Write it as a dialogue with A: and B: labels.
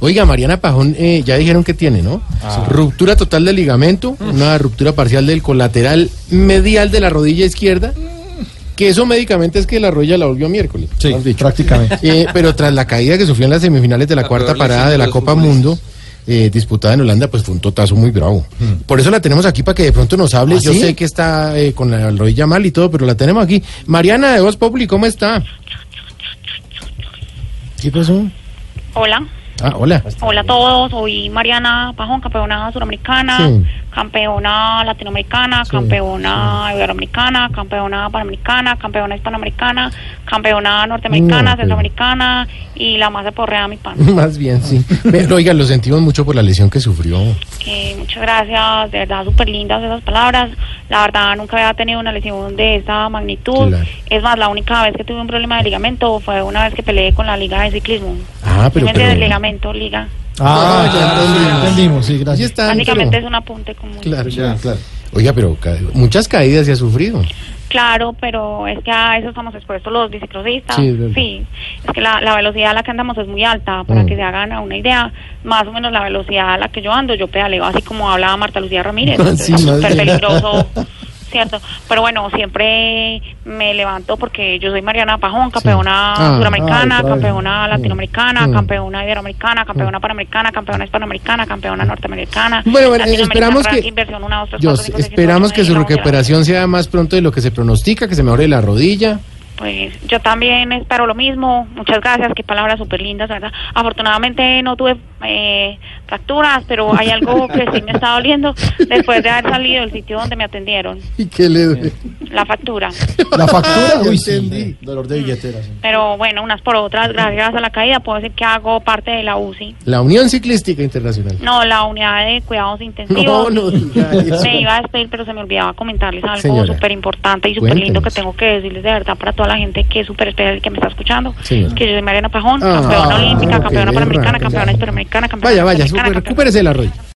A: Oiga, Mariana Pajón, eh, ya dijeron que tiene, ¿no? Ruptura total del ligamento, una ruptura parcial del colateral medial de la rodilla izquierda, que eso médicamente es que la rodilla la volvió miércoles.
B: Sí,
A: has dicho.
B: prácticamente.
A: Eh, pero tras la caída que sufrió en las semifinales de la,
C: La
A: cuarta
C: peor lesión
A: parada de
C: de
A: la
C: los
A: Copa
C: futbolistas.
A: Mundo, eh, disputada en Holanda, pues fue un totazo muy bravo. Por eso la tenemos aquí para que de pronto nos hable.
B: ¿Ah,
A: Yo
B: sí?
A: sé que está eh, con la rodilla mal y todo, pero la tenemos aquí. Mariana de Voz Populi, ¿cómo está? ¿Qué pasó?
D: Hola,
A: Ah, hola.
D: hola a todos. Soy Mariana Pajón, campeona suramericana,
A: Sí.
D: campeona latinoamericana, campeona iberoamericana, campeona panamericana, campeona hispanoamericana, campeona norteamericana,
A: No, pero-
D: centroamericana y la más deporreada, mi pan.
A: Más bien, sí. Pero, oiga, lo sentimos mucho por la lesión que sufrió.
D: Eh, muchas gracias, de verdad, súper lindas esas palabras. La verdad, nunca había tenido una lesión de esa magnitud.
A: Claro.
D: Es más, la única vez que tuve un problema de ligamento fue una vez que peleé con la liga de ciclismo.
A: Ah, pero-
D: ¿Sí me
A: pero-
D: entiendes? ligamento, liga.
B: Ah, ya entendimos. entendimos, sí,
A: Ya
B: gracias.
A: está.
D: Básicamente
A: pero-
D: es un apunte como...
A: Claro, ya, claro. Oiga, pero ca- muchas caídas se ha sufrido.
D: Pues, Claro, pero es que a eso estamos expuestos los biciclosistas.
A: Sí, es verdad.
D: es que la, la velocidad a la que andamos es muy alta, para
A: Mm.
D: que se hagan a una idea, más o menos la velocidad a la que yo ando, yo pedaleo así como hablaba Marta Lucía Ramírez, entonces
A: Sí,
D: es
A: más
D: súper
A: bien.
D: peligroso, ¿cierto? Pero bueno, siempre me levanto porque yo soy Mariana Pajón, campeona
A: Ah,
D: suramericana,
B: ay, claro.
D: campeona latinoamericana,
A: Mm.
D: campeona iberoamericana, campeona panamericana, campeona hispanoamericana, campeona norteamericana.
A: Bueno, bueno, eh,
D: latinoamericana,
A: esperamos que-
D: ranking, versión una, dos, tres,
A: Yo
D: cuatro, cinco, seis, siete,
A: esperamos
D: ocho,
A: que
D: nueve,
A: su
D: diez, once, doce.
A: recuperación sea más pronto de lo que se pronostica, que se mejore la rodilla.
D: Pues yo también espero lo mismo. Muchas gracias, qué palabras súper lindas, ¿verdad? Afortunadamente no tuve eh, fracturas, pero hay algo que sí me está doliendo después de haber salido del sitio donde me atendieron,
A: ¿Y qué le duele?
D: la factura.
B: La factura,
A: Ya
B: uy, sí, eh,
A: entendí.
B: dolor de billetera. sí.
D: Pero bueno, unas por otras, gracias a la caída, puedo decir que hago parte de la UCI.
A: La Unión Ciclística Internacional.
D: No, la unidad de cuidados
A: No,
D: intensivos.
A: no, diga eso.
D: Me iba a despedir, pero se me olvidaba comentarles algo
A: Pues Señora,
D: súper importante y súper lindo que
A: cuéntenos.
D: tengo que decirles de verdad para toda la gente que es súper especial y que me está escuchando.
A: Señora.
D: Que yo soy Mariana Pajón,
A: Ah,
D: campeona
A: qué
D: olímpica, campeona
A: berraca,
D: panamericana,
A: ya.
D: campeona hispanoamericana, campeona
A: Vaya, vaya,
D: norteamericana,
A: super-
D: campeona-
A: recupérese la rodilla.